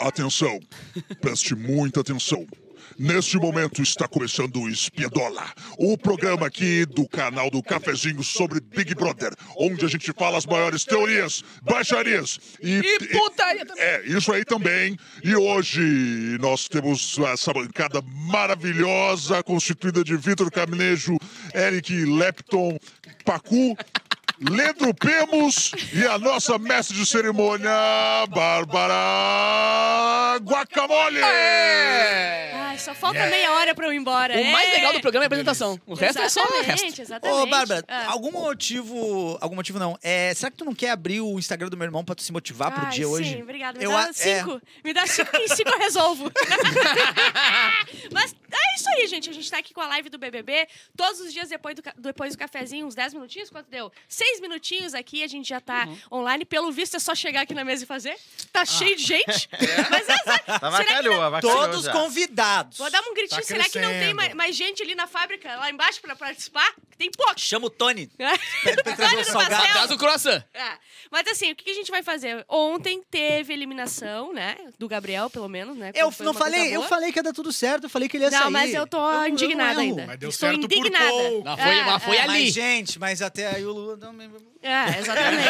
Atenção, preste muita atenção. Neste momento está começando o Espiedola, o programa aqui do canal do Cafezinho sobre Big Brother, onde a gente fala as maiores teorias, baixarias e, E putaria também. É, isso aí também. E hoje nós temos essa bancada maravilhosa constituída de Vitor Caminejo, Eric Lepton, Pacu. Leandro Pemos e a nossa mestre de cerimônia, Bárbara Guacamole! Ai, só falta meia hora pra eu ir embora. né? O mais legal do programa é a apresentação. O resto é só o resto. Exatamente. Ô, Bárbara, um Ah. algum motivo. Algum motivo não. É, será que tu não quer abrir o Instagram do meu irmão pra tu se motivar pro Ai, dia sim, hoje? obrigada. Me Eu dá a- é. cinco. Me dá cinco que em cinco eu resolvo. Mas é isso aí, gente. A gente tá aqui com a live do BBB. Todos os dias depois do, ca- depois do cafezinho, uns 10 minutinhos, quanto deu? Seis minutinhos aqui, a gente já tá online. Pelo visto, é só chegar aqui na mesa e fazer. Tá cheio de gente. Mas é, Tá será que vacalhou, É, avacalhou todos já. convidados. Vou dar um gritinho. Tá Será que não tem crescendo. mais, mais gente ali na fábrica, lá embaixo, pra participar? Tem poucos. Chama o Tony. Pede pra ele trazer um salgado. Traz o croissant. é. Mas assim, o que que a gente vai fazer? Ontem teve eliminação, né? Do Gabriel, pelo menos, né? Eu Foi não uma coisa falei, eu boa. falei que ia dar tudo certo, eu falei que ele ia Não, sair. mas eu tô não indignada erro. ainda. Mas deu Estou certo por indignada. pouco. Mas foi- mas foi é, ali. Mas, gente, mas até aí o Lula não me. É, exatamente.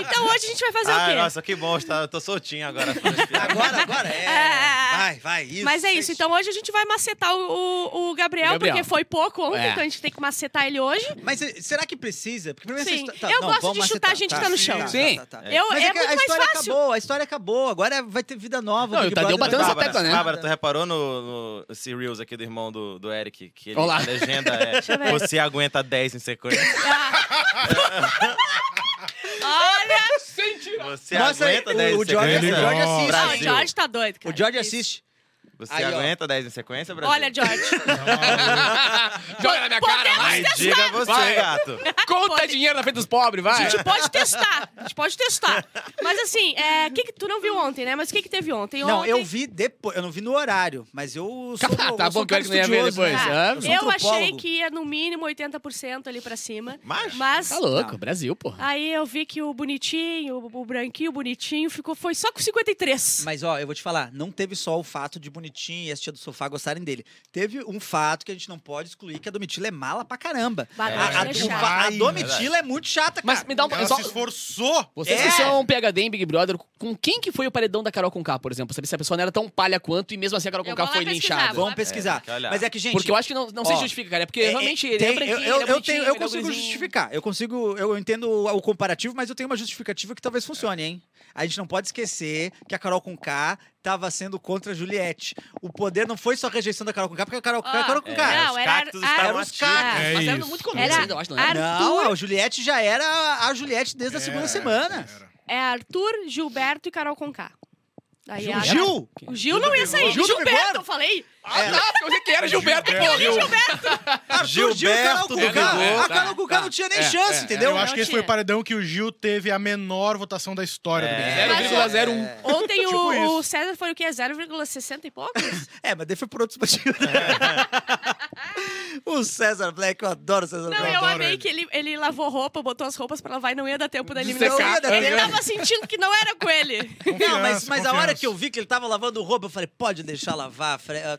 então hoje a gente vai Ah, fazer o Ai, quê? Ah, nossa, que bom, tá- eu tô soltinho agora. Agora, agora é. É. Vai, vai, isso. Mas é isso, então hoje a gente vai macetar o, o- o Gabriel, Gabriel. porque foi pouco ontem, É. então a gente tem que macetar ele hoje. Mas eh, será que precisa? Porque primeiro Sim. vocês- Eu gosto vamos de chutar a gente que tá no sim, chão. Sim. Eu- Mas é que muito a mais história fácil. acabou, a história acabou. Agora vai ter vida nova. Não, e o o Big Tadeu Brother batendo não essa acaba. tecla, né? Bárbara, tu reparou no, no esse Reels aqui do irmão do, do Eric? Que ele, Olá. a legenda eu é ver. Você aguenta 10 em sequência. Olha! Você Mostra aí, aguenta o- 10 o em Jorge- sequência. o Jorge assiste. Não, o Brasil. George tá doido, cara. O George Isso. assiste. Você Aí, ó. aguenta 10 em sequência, Brasil? Olha, George. Ah, Joga na minha cara, Podemos Ai, vai. diga você, Vai. gato. Conta Pode- dinheiro na frente dos pobres, A vai. gente pode testar, a gente pode testar. Mas assim, é, que que- tu não viu ontem, né? Mas o que, que teve ontem? Não, Ontem- eu vi depois. Eu não vi no horário, mas eu sou. Tá, eu tá sou bom um que eu cara acho que não ia ver estudioso. né? depois. Ah, Ah, eu sou eu antropólogo. achei que ia no mínimo 80% ali pra cima. Mas- Tá louco, Brasil, pô. Aí eu vi que o bonitinho, o o branquinho, o bonitinho, ficou, foi só com 53. Mas ó, eu vou te falar, não teve só o fato de Bonitinho e as tia do sofá gostarem dele. Teve um fato que a gente não pode excluir, que a Domitila é mala pra caramba. Bah, a, a, Domitila é do- chata. a Domitila é muito Ah, chata, cara. Mas me dá um... Ela só- se esforçou. Vocês É. que são PHD em Big Brother, com quem que foi o paredão da Carol Conká, por exemplo? Sabe se a pessoa não era tão palha quanto e mesmo assim a Carol Eu Conká vou lá foi pesquisar, linchada? vou lá Vamos pesquisar. tem que olhar. Mas é que, gente. Porque eu acho que não, não se Ó, justifica, cara. É porque é- realmente é- ele é tem- branquinho, eu, ele é eu, eu, bonitinho, tenho, ele eu é consigo gurizinho. justificar. Eu consigo. Eu entendo o, o comparativo, mas eu tenho uma justificativa que talvez funcione, hein? A gente não pode esquecer que a Carol Conká tava sendo contra a Juliette. O poder não foi só a rejeição da Carol Conká, porque a Carol, Ó, a Carol Conká. é, não, os era, cactos estavam era os ativos. cactos. É Mas era isso. muito começo Era- ainda, eu acho, não era? era- Não, Arthur. a Juliette já era a Juliette desde a segunda É, semana. É Arthur, Gilberto e Carol Conká. Aí Gil- a- Gil! O Gil não ia sair. Gil do Gilberto, Vigor? eu falei. Ah, tá, porque eu sei que era Gilberto, Gilberto. pô. Gilberto. Arthur, Gil, Carol Gilberto Conká. Vigor, A Carol tá, Conká tá. não tinha nem É, chance, é, entendeu? Eu acho que esse foi tinha. o paredão que o Gil teve a menor votação da história do Big É. Brother. 0,01. Ontem Tipo o, isso. o César foi o quê? 0,60 e poucos? É, mas daí foi por outros motivos. o César Black, eu adoro o César Não, Black. eu adoro amei ele. que ele, ele lavou roupa, botou as roupas pra lavar e não ia dar tempo da De eliminação. secar. Não é ia dar Ele tempo. tava sentindo que não era com ele. Não, mas, mas a Confiança, hora que eu confiança. vi que ele tava lavando roupa, eu falei, pode deixar lavar, Fre... ah,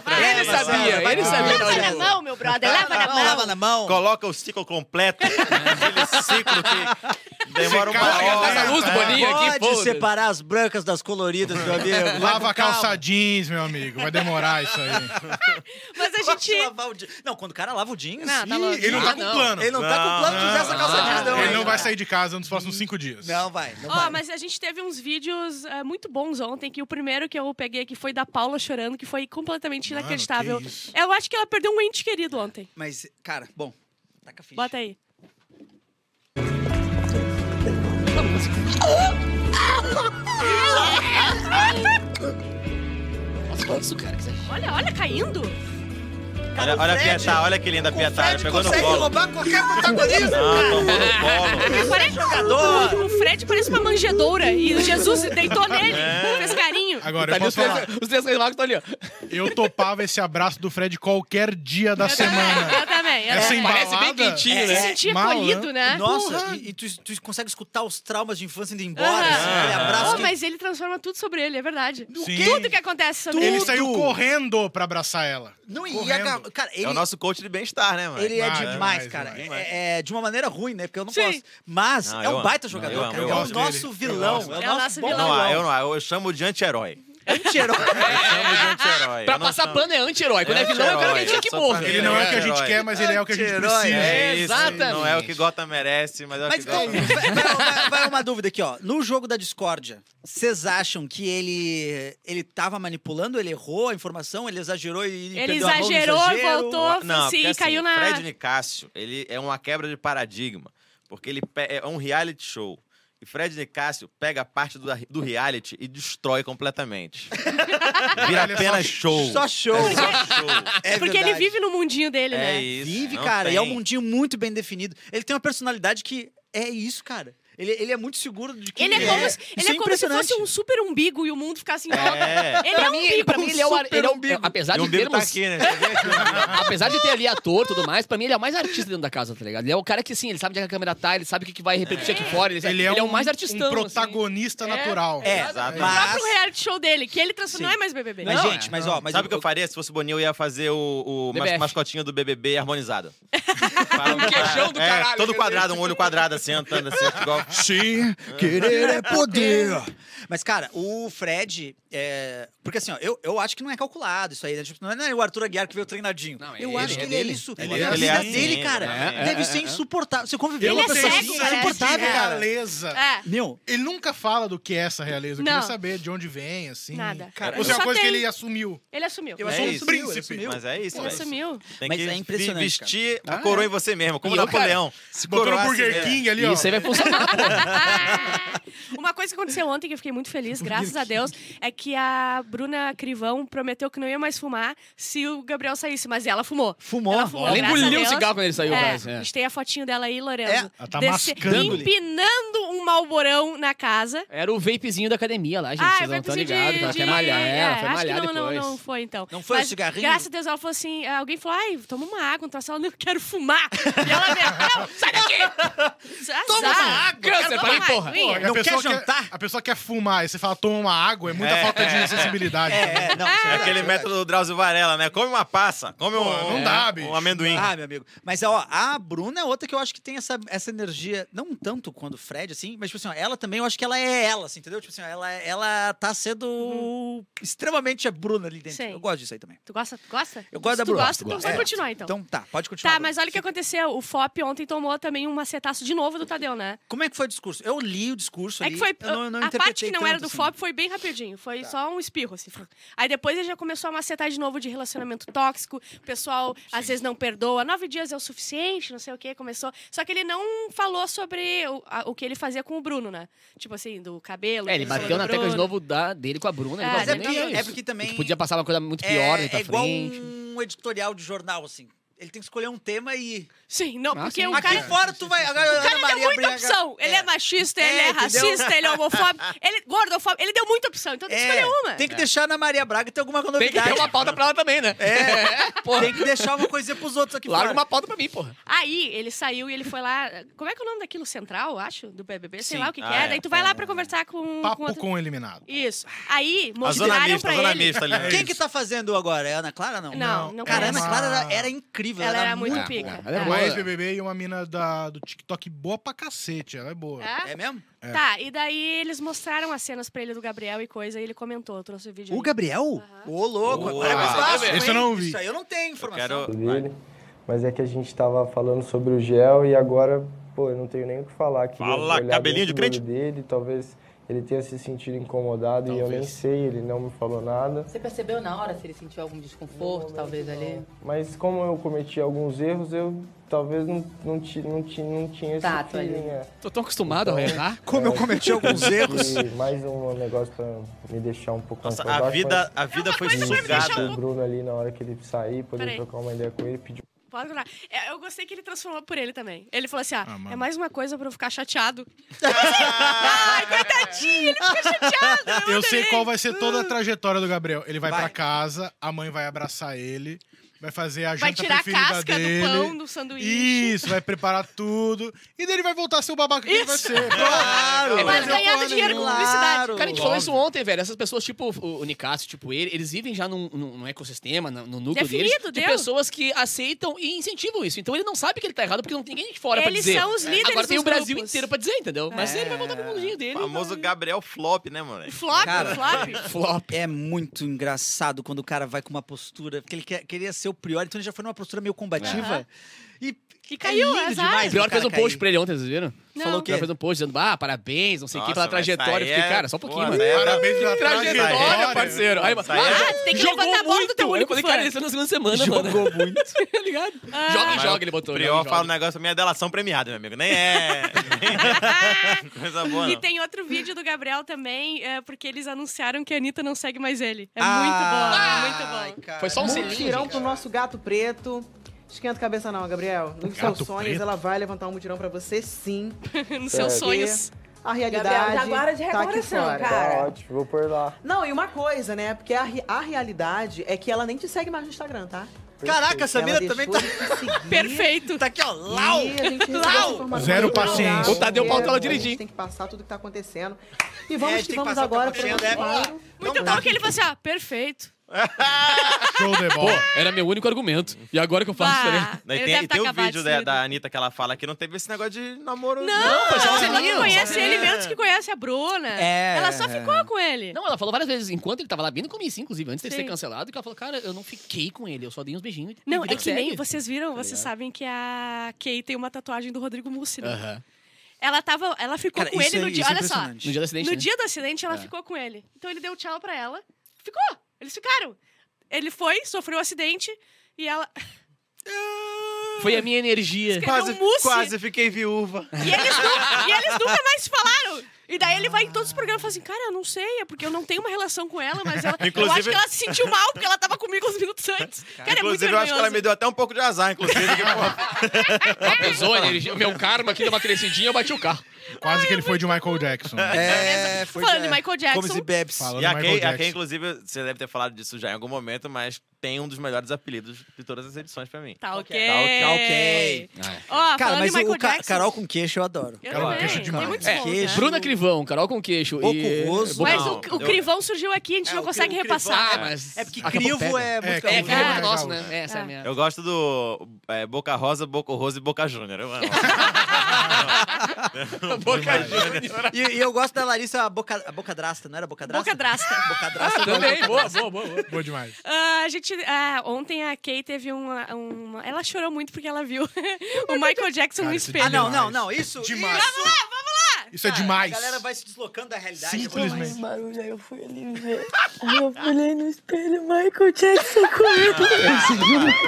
Vai, treva, Ele vai, sabia, vai, ele vai, sabia. vai, Lava que tava vai. na errado. mão, meu brother, lava na mão. Lava na mão. Coloca o ciclo completo. aquele ciclo que demora uma Você Olha, caga hora. essa luz do é. Boninho aqui, Pode pô. separar as brancas das coloridas, meu amigo. Lava Vai a com calma. calça jeans, meu amigo. Vai demorar isso aí. Mas a Pode gente... lavar o jeans. Não, quando o cara lava o jeans, Não, tá ih, louco. Ele não Ah, tá com não. plano. ele não tá com plano de usar essa calça jeans, não. Ele hein? não vai sair de casa nos próximos cinco dias. Não vai, não Ó, vai. mas a gente teve uns vídeos eh, muito bons ontem, que o primeiro que eu peguei aqui foi da Paula chorando, que foi completamente Mano, inacreditável. que isso. Eu acho que ela perdeu um ente querido ontem. Mas, cara, bom. Taca a ficha. Bota aí. Nossa, que isso, cara? que isso aí? Olha, olha, caindo. Olha, olha a Pietá, olha que linda a Pietá. Ela Fred pegou no consegue colo. roubar qualquer protagonista. Não, tomou no colo. Parece- jogador. O, o Fred parece uma manjedoura e Jesus deitou nele, fez carinho. Agora, eu Tá ali os posso três, falar. os três reis magos estão ali, ó. Eu topava esse abraço do Fred qualquer dia da semana. É, Eu também, também. Essa é. embalada- Parece bem quentinho, É, né? se sentia Mal, né? acolhido, né? Nossa, Porra. e, e tu, tu consegue escutar os traumas de infância indo embora, Aham. assim, aquele abraço. Oh, que- mas ele transforma tudo sobre ele, é verdade. Sim. Tudo que acontece sobre Ele ele. saiu correndo pra abraçar ela. Não, e correndo. a, cara, ele, É o nosso coach de bem-estar, né, mano? ele é Ah, demais, demais, cara. demais. É, é de uma maneira ruim, né? Porque eu não Sim. gosto. Mas Não, é eu um amo. baita Não, jogador. eu amo, cara. eu é o gosto nosso dele. vilão. Eu É o gosto. nosso bom É vilão. Não, ah, eu vilão. não, ah, eu chamo de anti-herói. Anti-herói. Eu chamo de anti-herói. Pra eu não passar chamo- pano é anti-herói. Quando é vilão, eu quero que a gente Anti-herói, quer que só morra. pra- Ele não é o que a gente Herói. quer, mas ele é o que a gente Anti-herói, precisa. É isso, Exatamente. não é o que Gotham merece, mas é o que Mas então, Gotham vai, vai- vai- vai uma dúvida aqui, ó. No jogo da discórdia, vocês acham que ele ele tava manipulando, ele errou a informação, ele exagerou e Ele perdeu a mão no exagerou, exagero? voltou. Pô, não, sim, porque, assim, caiu o na- Fred Nicásio, ele é uma quebra de paradigma, porque ele pe- é um reality show. E Fred Nicásio pega a parte do, do reality e destrói completamente. Vira Ele é só- apenas show. Só show. É só show. É Porque verdade. ele vive no mundinho dele, É né? isso. Vive, não cara. E tem. é um mundinho muito bem definido. Ele tem uma personalidade que é isso, cara. Ele, ele é muito seguro de que Ele é como, se- Isso ele é como se impressionante. fosse um super umbigo e o mundo ficasse em volta. É. Ele é Pra um mim, umbigo. pra mim, ele é o. ar- super Ele é o umbigo. E apesar o de umbigo termos. tá aqui, né? Você vê aqui o umbigo. Apesar de ter ali ator e tudo mais, pra mim ele é o mais artista dentro da casa, tá ligado? Ele é o cara que, sim, ele sabe onde é que a câmera tá, ele sabe o que, que vai repercutir aqui fora. Ele, sabe- Ele é, o um- mais um artistão. assim. protagonista É. natural. É, Exato. O mas... próprio reality show dele, que ele transforma. né? Não Sim. é mais BBB. Mas, Não, gente, é. mas ó, mas Sabe o que eu faria? Se fosse Boninho, eu ia fazer o, o mas- BBF. mascotinho do BBB harmonizado. Um queixão do É, caralho. todo quadrado, um olho quadrado assim, andando assim, igual... Sim. Querer é poder. Mas, cara, o Fred. é, Porque assim, ó, eu, eu acho que não é calculado isso aí. né? Tipo, não é- não é o Arthur Aguiar que veio treinadinho. Não, é eu ele, acho é que ele é dele. isso. Ele é a assim, vida é dele, assim, cara, é, é, deve é, ser é. insuportável. Você conviver Eu com uma é pessoa cego, assim, parece. né? é insuportável, cara. realeza. É. Meu, Ele nunca fala do que é essa realeza. Eu Não. queria saber de onde vem, assim. Nada. Cara, Ou se é só uma coisa tem- que ele assumiu. Ele assumiu. eu É acho que ele isso. sumiu, ele Príncipe. sumiu. Mas é isso, Ele velho. assumiu. Tem Mas que é impressionante, vestir a coroa em você mesmo, como E eu, Napoleão. Se é. Botou no coroar a si Burger mesmo. King ali, ó. Isso aí vai funcionar. Uma coisa que aconteceu ontem, que eu fiquei muito feliz, graças a Deus, é que a Bruna Crivão prometeu que não ia mais fumar se o Gabriel saísse, mas ela fumou. Fumou. Ela fumou, Ela graças a engoliu o Deus. cigarro quando ele saiu, É, mas, é. A gente tem a fotinho dela aí, É, Lorenzo. ela tá desce- mascando-lhe. Empinando um malborão na casa. Era o vapezinho da academia lá, gente. ah, vocês eu não estão pensei de, ligados. Ela de- quer malhar, é, ela foi acho malhar que não, depois. Não, não foi, então. Não foi o cigarrinho? Graças a Deus, ela falou assim... Alguém falou, ai, toma uma água, um troço. Ela, não, eu quero fumar. E ela meteu, sai daqui! Toma Azar. uma água, Eu câncer, tomo para mim, uma porra. aguinha. Pô, e Não a pessoa quer jantar? A pessoa quer fumar e você fala, toma uma água. É muita falta de sensibilidade. Né? Um É, é, não. isso É é aquele verdade. método do Drauzio Varela, né? Come uma passa, come um, Pô, não um- dá, bicho. um amendoim. Ah, meu amigo. Mas, ó, a Bruna é outra que eu acho que tem essa, essa energia, não tanto quanto o Fred, assim, mas, tipo assim, ó, ela também, eu acho que ela é ela, assim, entendeu? Tipo assim, ó, ela, ela tá sendo Uhum. extremamente a Bruna ali dentro. Sim. Eu gosto disso aí também. Tu gosta? Tu gosta? Eu gosto Se da tu Bruna. gosta, então Gosto. vai É. continuar, então. Então, tá, pode continuar. Tá, Bruna. mas olha o que aconteceu. O FOP ontem tomou também um macetaço de novo do Tadeu, né? Como é que foi o discurso? Eu li o discurso É ali, que foi. eu não, eu não a parte interpretei que não era tanto, do assim. Tá. FOP foi bem rapidinho. Foi só um espirro, assim. Aí depois ele já começou a macetar de novo de relacionamento tóxico. O pessoal às vezes não perdoa. Nove dias é o suficiente, não sei o quê. Começou. Só que ele não falou sobre o, a- o que ele fazia com o Bruno, né? Tipo assim, do cabelo. É, ele do cabelo bateu na do tecla de Bruno. novo da, dele com a Bruna. ele É, com a mas é Bruna, porque- isso. é porque também- A gente podia passar uma coisa muito pior É, ali pra é igual frente. um editorial de jornal, assim. Ele tem que escolher um tema e... Sim, não, Ah, porque sim. o Mas Aqui É um cara. fora tu vai... Agora, O cara Ana Maria deu muita Braga- opção. Ele é machista, ele É, é entendeu? racista, ele é homofóbico, ele é gordofóbico. Ele deu muita opção, então tem É. que escolher uma. Tem que deixar a Ana Maria Braga ter alguma novidade. Tem que ter uma pauta pra ela também, né? É, porra. Tem que deixar uma coisinha pros outros aqui Larga fora. uma pauta pra mim, porra. Aí ele saiu e ele foi lá. Como é que é o nome daquilo? Central, eu acho? Do BBB? Sei Sim. lá o que, que Ah, é. é. Daí tu vai lá pra conversar com. Papo com com, outro- o eliminado. Isso. Aí A zona mostraram mista, pra a zona ele. mista ali. né? Quem que tá fazendo agora? É a Ana Clara, não? Não, não Cara, a parece. Ana Clara era, era incrível. Ela era muito muito pica. boa. Ela é Tá. Uma boa. ex-BBB e uma mina da, do TikTok boa pra cacete. Ela é boa. É? É mesmo? Tá, e daí eles mostraram as cenas pra ele do Gabriel e coisa, e ele comentou, eu trouxe o vídeo. O aí. Gabriel? Ô, louco. Agora é mais Boa. fácil. Esse eu hein? não vi. Isso aí eu não tenho Eu informação. quero... dele, mas é que a gente tava falando sobre o gel e agora, pô, eu não tenho nem o que falar aqui. Fala, cabelinho de crente. dele, talvez ele tenha se sentido incomodado e eu nem sei, ele não me falou nada. Você percebeu na hora se ele sentiu algum desconforto, talvez ali? Mas como eu cometi alguns erros, eu talvez não, não, ti, não, ti, não tinha esse Tato Tá, ali. feeling, é. Tô tão acostumado né? a errar. Como eu cometi alguns erros. E mais um negócio pra me deixar um pouco Nossa, a confortável, vida, a vida foi coisa que vai me deixar sugada. mas o Bruno ali na hora que ele sair, poder Peraí. trocar uma ideia com ele, pediu Pode continuar. É, Eu gostei que ele transformou por ele também. Ele falou assim: ah, mano. é mais uma coisa pra eu ficar chateado. Ai, coitadinho, ele fica chateado. Eu sei adorei. Uh. qual vai ser toda a trajetória do Gabriel. Ele vai, Vai. pra casa, a mãe vai abraçar ele, Vai fazer a Vai janta tirar a preferida casca dele. do pão, do sanduíche. Isso, vai preparar tudo. E daí ele vai voltar a ser o babaca que ele vai Isso. ser. Claro! Pronto. Mas Não ganhava porra É dinheiro com nenhuma. publicidade. Cara, a gente falou isso ontem, velho. Essas pessoas, tipo o, o Nicásio, tipo ele, eles vivem já num, num- num ecossistema, no, no núcleo Definido, deles, de deu. pessoas que aceitam e incentivam isso. Então ele não sabe que ele tá errado, porque não tem ninguém de fora pra Eles dizer. é, são os líderes Agora tem o dos Brasil grupos. inteiro pra dizer, entendeu? Mas ele vai voltar pro mundinho dele. né? O famoso Gabriel Flop, né, moleque? Flop, Cara. flop. Flop. É muito engraçado quando o cara vai com uma postura. Porque ele quer- queria ser o prior, então ele já foi numa postura meio combativa. E, E caiu, é lindo azar. demais. O pior o cara fez um post cair. pra ele ontem, vocês viram? Não. Falou o O cara quê? fez um post dizendo, ah, parabéns, não sei o que, Nossa, pela mas trajetória. Eu isso aí Fiquei, é- cara, só um pouquinho, Pô, mano. é- Parabéns pela Trajetória, trajetória. parceiro. Aí, Isso aí é- ah, tem que jogou levantar a bola do muito. teu Olha único quando ele fã. cara ele saiu na segunda semana, mano. Jogou muito. Tá ligado? Joga e joga, ele botou. O joga e Prior joga. fala um negócio pra mim, é delação premiada, meu amigo. Nem é. Coisa boa, E não. tem outro vídeo do Gabriel também, é, porque eles anunciaram que a Anitta não segue mais ele. É muito bom, é muito bom. Foi só um selinho. Mutirão gente. pro nosso gato preto. Esquenta a cabeça não, Gabriel. Nos Um seus Gato sonhos, preto? ela vai levantar um mutirão pra você, sim. Nos seus É. sonhos. A Gabriel, realidade tá guarda de tá aqui recordação, fora. cara. Tá ótimo, vou por lá. Não, e uma coisa, né? Porque a, re- a realidade é que ela nem te segue mais no Instagram, tá? Caraca, essa mina também tá. Perfeito. Tá aqui, ó. Lau! Lau! Zero paciência. O Tadeu pautou ela A direitinho. gente tem que passar tudo que tá acontecendo. E É, a vamos gente que tem que vamos passar o que tá agora pro nosso acontecendo, é. quadro. Muito tá. bom que ele falou assim, ó, perfeito. Show de Pô, bola. era meu único argumento. E agora que eu faço, tá ligado? Bah, Daí ele tem, deve tem tá o acabado vídeo de da, ser. da Anitta que ela fala que não teve esse negócio de namoro. Não, foi só um ela selinho, que só um conhece ele selinho. menos que conhece a Bruna. É. Ela só ficou com ele. é- Não, ela falou várias vezes, enquanto ele tava lá, bem no começo, inclusive, antes de ser Sim. cancelado, que ela falou, cara, eu não fiquei com ele, eu só dei uns beijinhos. e Não, vida é que nem segue. vocês viram, Tá vocês ligado? sabem que a Kay tem uma tatuagem do Rodrigo Mussi, né? Aham. Ela tava, ela ficou Cara, com isso ele no é- dia, isso é olha só. impressionante. No dia do acidente, No né? dia do acidente ela É. ficou com ele. Então ele deu tchau pra ela. Ficou. Eles ficaram. Ele foi, sofreu um acidente e ela Foi a minha energia. Quase- um mousse. quase fiquei viúva. E eles, nu- e eles nunca mais se falaram. E daí ele vai em todos os programas e fala assim, cara, eu não sei, é porque eu não tenho uma relação com ela, mas ela, eu acho Inclusive- que ela se sentiu mal porque ela tava comigo uns minutos antes. Cara, é muito inclusive, eu acho que ela me vergonhoso. deu até um pouco de azar, inclusive. que, pô, Pesou a energia. Meu karma aqui deu uma crescidinha, eu bati o carro. Quase que ele foi de Michael Jackson. É, foi Tá Falando em Michael Jackson. Tá Comes e bebes. Falando e a Michael Kay, a Jackson. Kay, inclusive, você deve ter falado disso já em algum momento, mas tem um dos melhores apelidos de todas as edições pra mim. Tá ok. Tá ok, ok. Ó, Cara, falando mas em o Michael ca- Jackson. Carol com queixo eu adoro. eu Carol também. Queixo demais. Tem muitos É, bons, queixo. né? Bruna Crivão, Carol com queixo. e... Boco Roso. Boca- Mas Não, o, o eu- Crivão surgiu aqui, a gente É, não o- consegue o Crivão- repassar. Ah, mas... É porque a Capão crivo pega. é muito É, É, calmo. crivo crivo é Jaú. nosso, né? É, essa é a É. minha... Eu gosto do é, Boca Rosa, Boca Rosa e Boca Júnior. Eu amo. Boca Júnior. E, e eu gosto da Larissa a boca, a boca drasta, não era boca drasta? Boca drasta. Boca drasta. Ah, Também, boa, boa, boa. boa. Boa demais. Ah, a gente, ah, ontem a Kay teve uma, uma- Ela chorou muito porque ela viu o Michael Jackson Cara, no isso é espelho. ah, não, não, não. Isso. Demais. Isso, Isso é cara, demais. A galera vai se deslocando da realidade. Simplesmente. barulho, aí eu fui ali ver. Aí eu olhei no espelho, Michael Jackson comigo.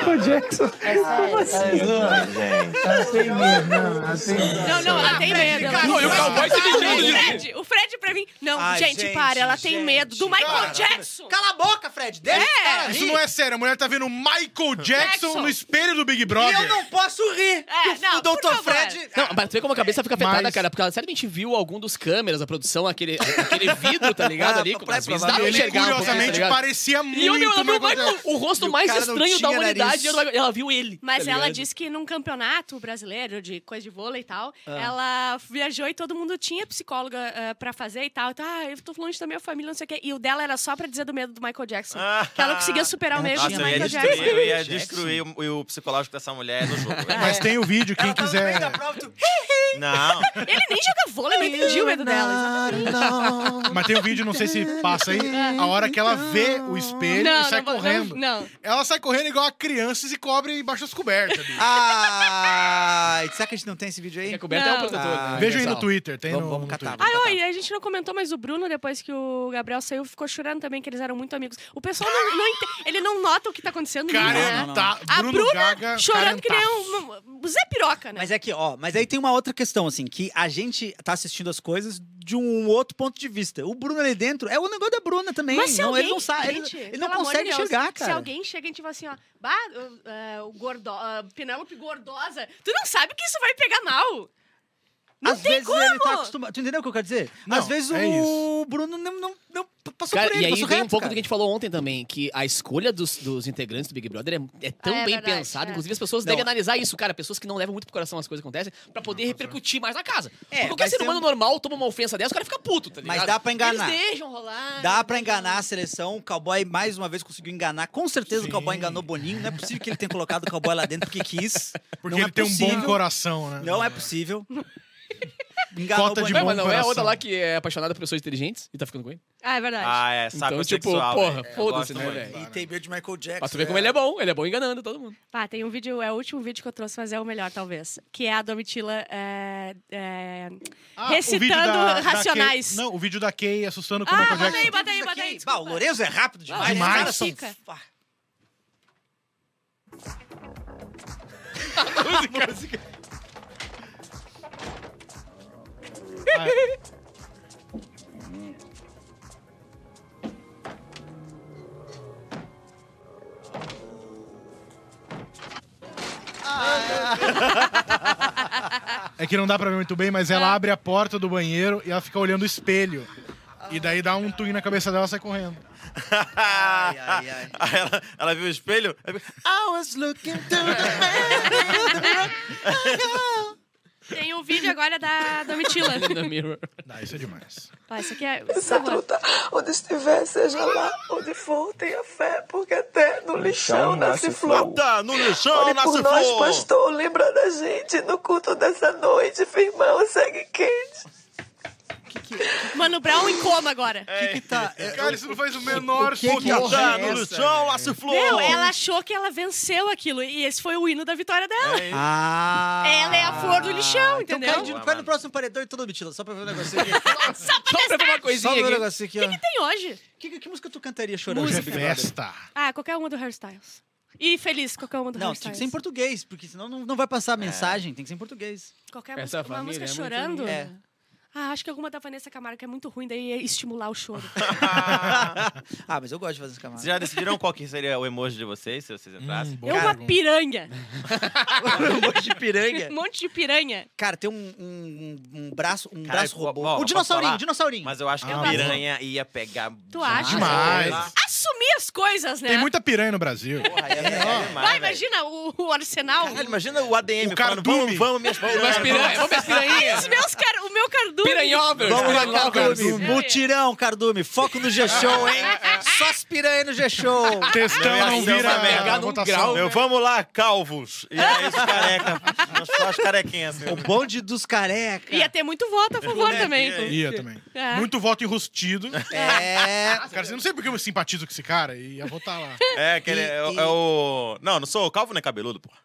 Assim, Não, não, ela tem medo. ela Não, tem medo. e o cowboy se mijando O de rir. Fred, o Fred pra mim. Não, Ai, gente, gente, para, ela tem gente. medo do Michael Cara, Jackson. Cala a boca, Fred. Deixa o cara rir. Isso não é sério. A mulher tá vendo o Michael Jackson Jackson. no espelho do Big E Brother. eu não posso É, rir. que o- não, o por Dr. favor. Fred. é Não, mas tu vê como a cabeça fica afetada, Mas- cara, porque ela certamente viu algum dos câmeras, a produção, aquele, aquele vidro, tá ligado? Ali, com as vezes dá pra É, Ele Então, Ele enxergar um pouquinho, tá curiosamente ligado? parecia E muito olha, ela viu o Michael Michael, Jackson. o rosto E o mais cara não estranho da tinha humanidade, nariz. e ela, ela viu ele. Mas tá ela ligado? disse que num campeonato brasileiro de coisa de vôlei e tal, ela viajou e todo mundo tinha psicóloga ah, pra fazer e tal. Então, ah, eu tô longe da minha família, não sei o quê. E o dela era só pra dizer do medo do Michael Jackson. que ela não conseguia superar o Ela medo do tinha Nossa, eu ia Michael destruir, Jackson. eu ia destruir o, o psicológico dessa mulher no jogo. velho. É. Mas tem o vídeo, quem Ela tá no meio quiser. da prova, tu... Não. Ele nem joga vôlei, eu não entendi o medo dela. Mas tem o vídeo, não sei se passa aí. A hora que ela Então. vê o espelho Não, e sai não vou- correndo. não, não. Ela sai correndo igual a criança e se cobre embaixo das cobertas. bicho. Ai, será que a gente não tem esse vídeo Que aí? a coberta é um Não. protetor. Ah, né, Veja aí no pessoal. Twitter, tem Vamos- no, vamos no catar, Twitter. Ah, não, e a gente não comentou, mas o Bruno, depois que o Gabriel saiu, ficou chorando também, que eles eram muito amigos. O pessoal não, não ente- Ele não nota o que tá acontecendo. né? Carenta, A tá Bruno Bruna Gaga, tá. chorando que nem carentaço. um, um Zé Piroca, né? Mas é que, ó, mas aí tem uma outra questão, assim, que a gente tá assistindo as coisas de um outro ponto de vista. O Bruno ali dentro é o negócio da Bruna também. Mas se não, alguém, ele não sabe, ele- gente, ele, não pelo amor consegue de Deus, enxergar, cara. Se alguém chega e tipo assim, ó, bah, eh, uh, uh, o gordo, uh, Penélope gordosa, tu não sabe que isso vai pegar mal. Não Às vezes ele tá acostumado. Tu entendeu o que eu quero dizer? Não, Às vezes é o Bruno não, não- não passou Cara, por e ele, aí vem passou um reto, pouco cara. do que a gente falou ontem também, que a escolha dos, dos integrantes do Big Brother é, é tão É, é bem verdade, pensada. é. Inclusive, as pessoas Não. devem analisar isso, cara. Pessoas que não levam muito pro coração as coisas que acontecem, pra poder repercutir mais na casa. Porque qualquer mas ser tem humano um- normal toma uma ofensa dessa, o cara fica puto, tá ligado? Mas dá pra enganar. Eles deixam rolar. Dá né? pra enganar a seleção. O cowboy mais uma vez conseguiu enganar. Com certeza Sim. o cowboy enganou Boninho. Não é possível que ele tenha colocado o cowboy lá dentro porque quis. Porque não ele é tem um bom possível. coração, né? Não é possível. Enganou Cota o de Boninho. Ué, mas não é a outra coração. lá que é apaixonada por pessoas inteligentes e tá ficando com ele? Ah, é verdade. Ah, é, sabe Então, tipo, sexual, porra, velho. Eu foda-se, gosto né, muito. velho? E tem medo de Michael Jackson. Pra tu ver como ele é bom. Ele é bom enganando todo mundo. Ah, tem um vídeo, é o último vídeo que eu trouxe, mas é o melhor, talvez. Que é a Domitila é, é, Ah, o recitando vídeo da- da Racionais. Kay- não, o vídeo da Kay assustando é com o Ah, Michael bota Jackson. aí, bota aí, bota aí. Bah, o desculpa. Lourenço é rápido demais. Demais. Os caras são- Fica. Pá. É que não dá pra ver muito bem, mas Ah. ela abre a porta do banheiro e ela fica olhando o espelho. E daí dá um twin na cabeça dela e sai correndo. Ai, ai, ai. Aí ela, ela viu o espelho. aí fica, I was looking through the Tem um vídeo agora da Domitila. In the mirror. Dá, isso é demais. Ó, isso aqui é. Essa luta, onde estiver, seja lá, onde for, tenha fé, porque até no lixão nasce flor. Tá, no lixão, Ore nasce por nós, flor. "Ah, pastor, lembra da gente no culto dessa noite, firmão, segue quente. Mano Brown em coma agora. É. que tá? Cara, isso não faz o menor que que sentido. Tá, é no essa, lixão, nasce flor. Meu, É. ela achou que ela venceu aquilo. E esse foi o hino da vitória dela. É isso. Ah. Ela é a flor do lixão, Então entendeu? cai, de- cai no próximo paredão e toda metida. Só pra ver um negocinho aqui. Só pra ver uma Só pra coisinha ver um aqui. negocinho aqui, O que, tá- que ó. tem hoje? Que, que, que música tu cantaria chorando? Hoje é Big Brother? festa. Ah, qualquer uma do Hairstyles. E feliz, qualquer uma do Não, tem que tipo, Hairstyles. é ser em português, porque senão não, não vai É. passar a mensagem. Tem que ser em português. Qualquer música, Essa uma família música é muito chorando. linda. É. Ah, acho que alguma da Vanessa Camargo que é muito ruim, daí é estimular o choro. ah, mas eu gosto de fazer essa camada. Vocês já decidiram qual que seria o emoji de vocês, se Hum, vocês entrassem? É uma né? piranha. um monte de piranha. Um monte de piranha. Cara, tem um, um, um- um braço, um Cara, braço eu- robô. ó, o posso dinossaurinho, falar? dinossaurinho. Mas eu acho que Ah, a mas- piranha ia pegar. Tu acha? Demais. Assumir as coisas, né? Tem muita piranha no Brasil. é Porra, ia pegar demais, Vai, velho. imagina o, o arsenal. Caralho, imagina o ADM O falando, cardume. vamos, vamos, minhas Mas piranhas. piranha, vamos ver as piranhinhas. Os meus car... O meu cardume. Piranhóbrio. Vamos lá, Piranhóbrio. Cardume. Um Cardume. Mutirão, Cardume. Foco no G-Show, hein? Só as piranha no G-Show. Textão Não, não isso é vira uma merda, a num votação. grau. Meu, vamos lá, calvos. E aí, os careca. Só as carequinhas, assim. O bonde dos carecas. Ia ter muito voto a favor também. ia, Ia também. É. Muito voto enrustido. É. Cara, eu não sei porque eu simpatizo com esse cara e ia votar lá. É, aquele. E- é, o- e- é o. Não, não sou calvo nem cabeludo, porra.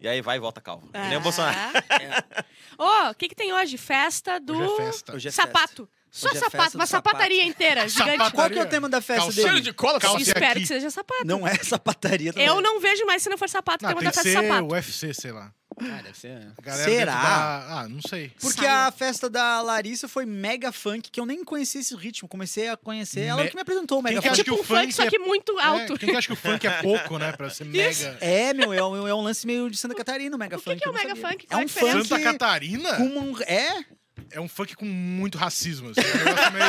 E aí vai e volta calvo. Que Ah. Nem o Bolsonaro. Ah, é. Ô, o que, que tem hoje? Festa do. Hoje é festa. Hoje é sapato. Só Hoje é festa sapato, do uma sapato. sapataria inteira, gigante. Qual que é o tema da festa Calcinha. dele? Cheiro de cola, Calça calcinha. Espero aqui. que seja sapato. Não é sapataria também. Eu não vejo mais se não for sapato, Não, tem tem uma que festa de ser sapato. UFC, sei lá. Ah, deve ser. A galera Será? dentro da- Ah, não sei. Porque a festa da Larissa foi mega funk, que eu nem conhecia esse ritmo. Comecei a conhecer. Ela Me- que me apresentou o Quem mega que É funk. acha tipo que o um funk, funk só é- que muito alto. É, quem que acha que o funk é pouco, né? Pra ser mega... É, meu, é um, é um lance meio de Santa Catarina, o mega O que funk. que é eu o não mega sabia. funk? É Qual é um a diferença? Santa funk Catarina com um... É? é um funk com muito racismo. Assim, é um negócio meio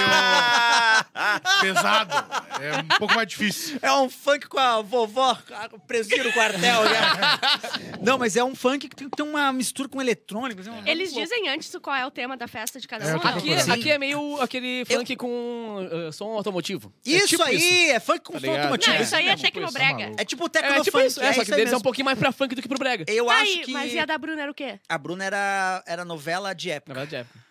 pesado. É um pouco mais difícil. Ah, É um funk com a vovó, a- presídio no quartel. né? Não, mas é um funk que tem, tem uma mistura com eletrônico. assim, um- Eles dizem antes qual é o tema da festa de cada É, eu um. tô não? Aqui, procurando. aqui é meio aquele funk com ah, som automotivo. É Isso tipo aí! É funk com tá som ligado? automotivo. Não, isso aí é tipo isso, tá tecnobrega. maluco. É tipo o É, tecnofunk. tipo isso. É, só que aí deles é um mesmo. pouquinho mais pra funk do que pro brega. Eu Tá acho aí, que mas e a da Bruna era o quê? a Bruna era, era novela de época. Na verdade, é.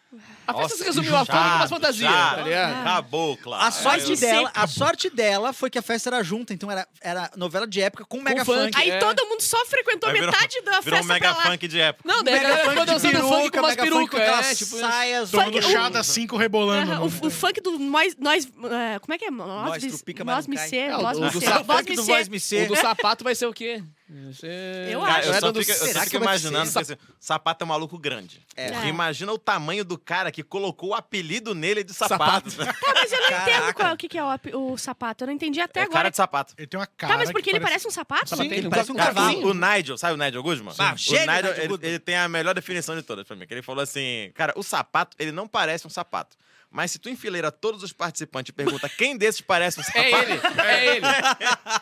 A festa se Nossa, resumiu a funk com já, umas fantasias, já. tá ligado? Cabocla. A sorte, Aí de dela, a sorte dela foi que a festa era junta, então era, era novela de época com mega funk. funk. Aí É. todo mundo só frequentou Aí virou- metade da Virou um festa mega pra lá. funk de época. Não, daí a galera ficou dançando funk com umas mega funk com perucas. É, aquelas tipo isso. saias. Todo mundo Funk- chá da 5 rebolando. Aham, no- "Ah, o, o funk do nós, nós ah, como é que é? Nós Nós, trupica, mas nós não me cai. ser, É, o nós do- me do ser, sapato nós funk me do Voz ser. Me O Ser. do sapato vai ser o quê? Eu Cara, acho. eu Era só do- fico, eu só será fico que vai imaginando ser? É. que esse sapato é um maluco grande. Porque Imagina o tamanho do cara que colocou o apelido nele de sapato. Tá, mas eu não entendo Caraca. qual, o que, que é o, ap- o sapato. Eu não entendi até É agora. cara de sapato. Ele tem uma cara. Tá, mas porque que ele parece um sapato? Sim, ele parece um Cara, cavalo. sim, o Nigel, sabe o Nigel Guzman? Ah, o gênio Nigel, Nigel ele, Goodman. ele tem a melhor definição de todas pra mim. Que ele falou assim, cara, o sapato, ele não parece um sapato. Mas se tu enfileira todos os participantes e pergunta quem desses parece um sapato, É ele, é ele.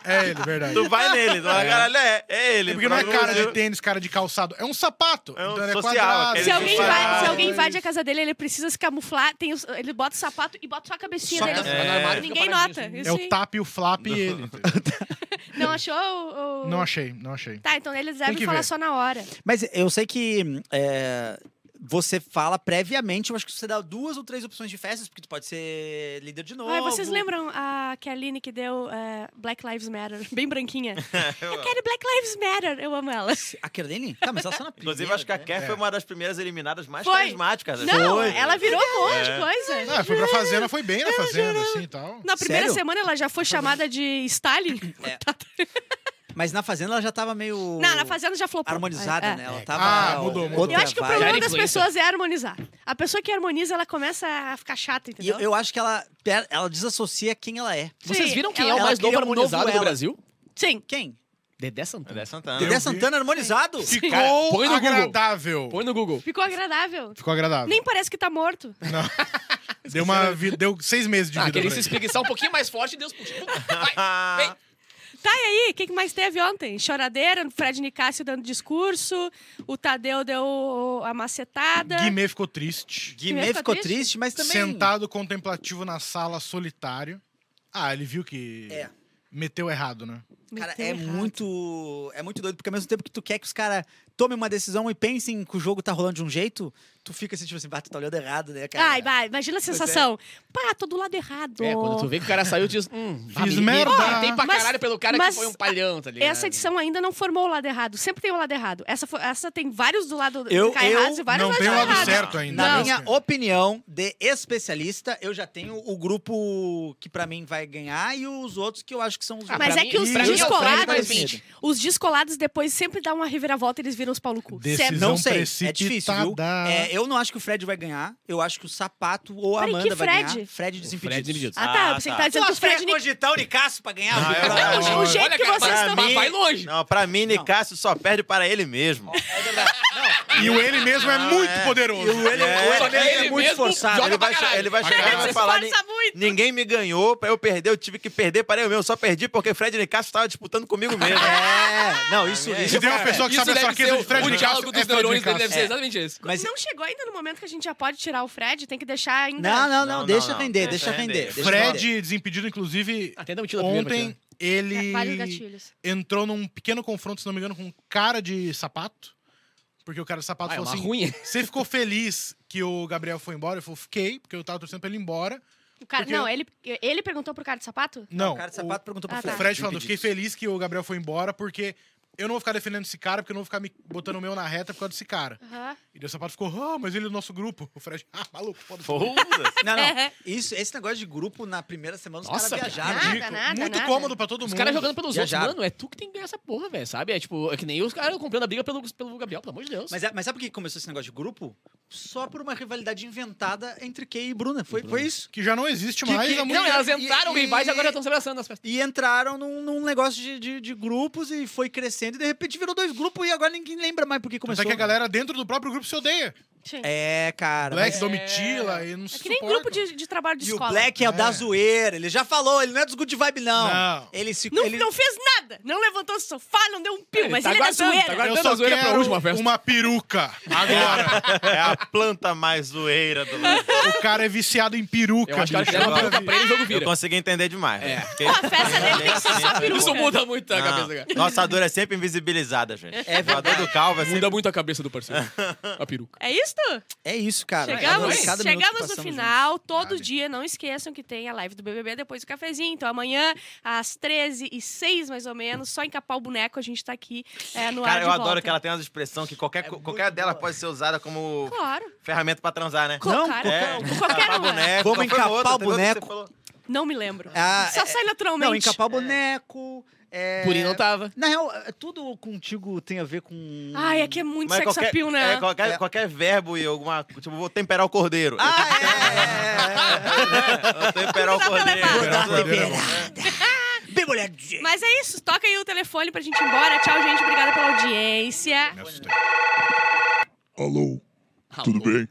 É ele, verdade. tu vai nele. Tu vai, caralho, é, é ele. É porque não é Mas cara eu- de tênis, cara de calçado. É um sapato. É um então ele é social, quadrado. aquele Se alguém, Ele invade, vai- se alguém invade a casa dele, ele precisa se camuflar. Tem os- ele bota o sapato e bota só a cabecinha Só dele. a- assim. é. armário, Ninguém fica paradinho, nota. assim. É Isso o aí. tap e o flap e ele. entendeu? Não achou o. o- Não achei, não achei. Tá, então eles Tem que devem falar ver. só na hora. Mas eu sei que é, você fala previamente, eu acho que você dá duas ou três opções de festas, porque tu pode ser líder de novo. Ai, vocês lembram a que a Aline que deu é, Black Lives Matter? Bem branquinha. É eu quero Black Lives Matter. Eu amo ela. A Kerline? Tá, mas ela só na primeira. Inclusive, acho que a né? É. Kerr foi uma das primeiras eliminadas mais Foi. carismáticas. né? Não, Foi. ela virou É. um monte de coisa. Ah, foi pra fazenda, foi bem na fazenda, assim e tal. Na primeira Sério? semana ela já foi chamada de Stalin. É, Tá, Mas na Fazenda ela já tava meio... Não, na fazenda já flopou. Harmonizada, É, é. né? Ela tava... Ah, ela- mudou, mudou. outra Eu acho que o vibe. problema Era das influencer. pessoas é harmonizar. A pessoa que harmoniza, ela começa a ficar chata, E entendeu? eu, eu acho que ela, per- ela desassocia quem ela é. Vocês Sim, viram quem ela- é o ela mais novo queria um novo harmonizado do ela. Brasil? Sim. Quem? Dedé Santana. Dedé Santana. Dedé Santana harmonizado? Ficou Cara, põe no Google. agradável. Põe no Google. Ficou agradável. Ficou agradável. Nem parece que tá morto. Deu, uma vi- Deu seis meses de Ah, vida. queria pra se ele. espreguiçar um pouquinho mais forte e Deus puxa. Ah, Vai, vem. Tá, e aí? O que, que mais teve ontem? Choradeira, o Fred Nicásio dando discurso, o Tadeu deu a macetada. Guimê ficou triste. Guimê Guimê ficou ficou triste, mas também... Sentado contemplativo na sala, solitário. Ah, ele viu que... É. Meteu errado, né? Cara, Meteu é errado. muito, é muito doido, porque ao mesmo tempo que tu quer que os caras tomem uma decisão e pensem que o jogo tá rolando de um jeito, tu fica assim, tipo assim, bah, tu tá olhando errado, né, cara? Ai, vai, imagina a sensação. Pá, tô do lado errado. É, quando tu vê que o cara saiu, diz... Hum, Fiz me- me merda. irritei Ah, pra Mas- caralho pelo cara que mas foi um palhão, tá ligado? Essa edição ainda não formou o lado errado. Sempre tem o lado errado. Essa, fo- essa tem vários do lado Eu- cá eu errados e vários não lados tem o lado errados. certo ainda. Na né? minha opinião de especialista, eu já tenho o grupo que pra mim vai ganhar e os outros que eu acho que são os Mas Ah, pra é assim. mim- que os pra mim é o prêmio da descolados, Smith. os descolados depois sempre dão uma reviravolta e eles viram os pau no cu. Decisão Sempre. Não sei, é precipitada. difícil, viu? É, eu não acho que o Fred vai ganhar. Eu acho que o Sapato ou a Peraí, Amanda que vai Fred? ganhar. Fred Fred desimpedido. Desimpedidos. Ah, tá. Ah, Você tá. tá dizendo que os Fred... Nic- cogitar o Nicasso pra ganhar? Ah, É, eu- Não, Olha, o jeito que cara, vocês pra estão... mim- Vai longe. Não, pra mim, Nicásio só perde para ele mesmo. É verdade. Não, E o ele mesmo é Ah, muito poderoso. É, ele, o ele é, ele muito mesmo esforçado. joga Ele Ele vai, pra che- caralho. ele vai Pra chegar e caralho, vai se falar... esforça "Ni- muito." Ninguém me ganhou, pra eu perder, eu tive que perder para eu mesmo. Só perdi porque Fred Nicásio tava disputando comigo mesmo. É, não, isso, É, isso Se tem uma pessoa que Isso sabe a deve fraqueza ser de Fred o, o diálogo Nicasso, é dos Fred neurônios dele deve Nicasso. ser exatamente esse. Mas- Não chegou ainda no momento que a gente já pode tirar o Fred, tem que deixar ainda. Não, não, não, Não, não, deixa não. render, Deixa deixa render. render. deixa render. Fred, desimpedido, inclusive, Ah, tenta me tirar da primeira ontem partida. ele É, Vários gatilhos. entrou num pequeno confronto, se não me engano, com um cara de sapato. Porque o cara de sapato Ah, é falou uma assim: ruim. Você ficou feliz que o Gabriel foi embora? Eu falei, fiquei, porque eu tava torcendo pra ele ir embora. O cara, Porque- não, ele, ele perguntou pro cara de sapato? Não. O É um cara de sapato perguntou pro Ah, o Fred. Fred falando, eu fiquei feliz que o Gabriel foi embora, porque eu não vou ficar defendendo esse cara, porque eu não vou ficar me botando o meu na reta por causa desse cara. Aham. E daí o sapato ficou, ah, mas ele é do nosso grupo. O Fred, ah, maluco, foda-se. Foda-se. Não, não. Isso, esse negócio de grupo na primeira semana os caras Nossa, cara. viajaram. né? Nada, Ridículo. nada, Muito nada. cômodo pra todo mundo. Os caras jogando pelos outros. Viajaram. Mano, é tu que tem que ganhar essa porra, velho, sabe? É tipo, é que nem os caras comprando a briga pelo, pelo Gabriel, pelo amor de Deus. Mas, é- mas sabe por que começou esse negócio de grupo? Só por uma rivalidade inventada entre Kay e Bruna. Foi, foi isso. Que já não existe Que- mais que- há muito não, elas entraram e- rivais e agora e- já estão se abraçando nas festas. E entraram num, num negócio de, de- de grupos e foi crescendo. E de repente virou dois grupos e agora ninguém lembra mais por que Mas começou. é que a galera dentro do próprio grupo se odeia. Sim. É, É, cara. Black, mas- Domitila e não que nem grupo de, de trabalho de E o escola. Black é o da É. zoeira. Ele já falou, ele não é dos good vibe, não. Não. Ele se... Não, ele... não fez nada, não levantou do sofá, não deu um pio, Ele mas tá ele é da guardando, zoeira. tá Eu guardando. só a zoeira pra quero última festa. uma peruca. Agora. É a planta mais zoeira do mundo. o cara é viciado em peruca, Eu acho que a hora que bicho. der uma Agora- peruca pra ele, o jogo Eu vira. consegui entender demais. né? Porque- A festa dele tem que ser só peruca. Isso muda muito a Não, cabeça do cara. Nossa dor é sempre invisibilizada, gente. É verdade. do calvo é sempre... Muda muito a cabeça do parceiro. A peruca. É isso? É isso, cara. Chegamos, Adorei cada minuto que chegamos no passamos um final. Todo Verdade. dia, não esqueçam que tem a live do BBB depois do cafezinho. Então amanhã, às 13h06, mais ou menos, só encapar o boneco, a gente tá aqui é, no ar Cara, de eu volta. adoro que ela tem umas expressões que qualquer, co- qualquer dela pode ser usada como Claro. ferramenta pra transar, né? Co- Não, É, cara, um. qualquer encapar uma. boneco. qual Como foi a encapar outra? o Teve outra que você boneco. falou? Não me lembro. Ah, Só é- sai Não, naturalmente. encapar o boneco. É, Puri não tava. Na real, é- tudo contigo tem a ver com. Ai, é que é muito Mas sex qualquer, appeal, né? é, qualquer, É. qualquer verbo e alguma. Tipo, vou temperar o cordeiro. Ah, é, é, é, Vou temperar o Tudo dá pra cordeiro. levar. Temperar o cordeiro é bom. é. Bem molhadinho. Mas é isso, toca aí o telefone pra gente ir embora. Tchau, gente. Obrigada pela audiência. Me assustei. Alô, tudo bem?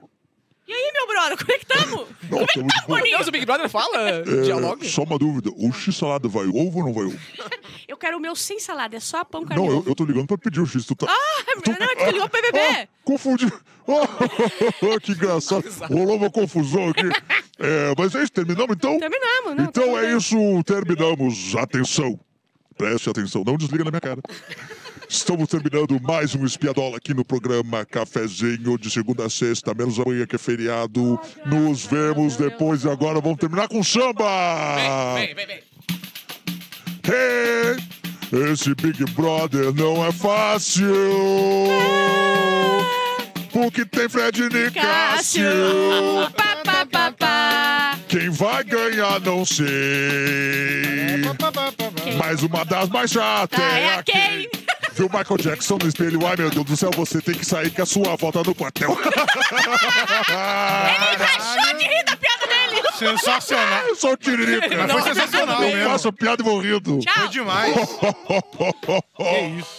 E aí, meu brother, como é que tamo? Não, tamo de boa. Não, mas o Big Brother fala. É, Dialoga. só uma dúvida, o x-salada vai ovo ou não vai ovo? Eu quero o meu sem salada, é só pão, carne Não, e eu, ovo. eu tô ligando pra pedir o x, tu tá... Ah, Não, não, é que tu ligou pro BBB. Ah, confundi. Ah, que engraçado. Rolou uma confusão aqui. É, mas é isso, terminamos então? Terminamos, não. tá Então tudo é bem. isso, terminamos. Atenção. Preste atenção, não desliga na minha cara. Estamos terminando mais um Espiadola aqui no programa Cafezinho de segunda a sexta, menos amanhã que é feriado. Nos vemos depois e agora vamos terminar com samba! Vem, vem, vem. Hey, esse Big Brother não é fácil. Porque tem Fred Cássio. Nicásio. Pá, pá, pá, pá. Quem vai ganhar, não É, sei. Mas uma das mais chatas Tá, é é a a Kay. Kay. Viu o Michael Jackson no espelho? Ai, meu Deus do céu, você tem que sair com a sua volta no quartel. Achou de rir da piada dele. Sensacional. Eu sou o Tiririca. Mas foi sensacional Eu mesmo. faço piada e vou rindo. Tchau. Foi demais. Que isso.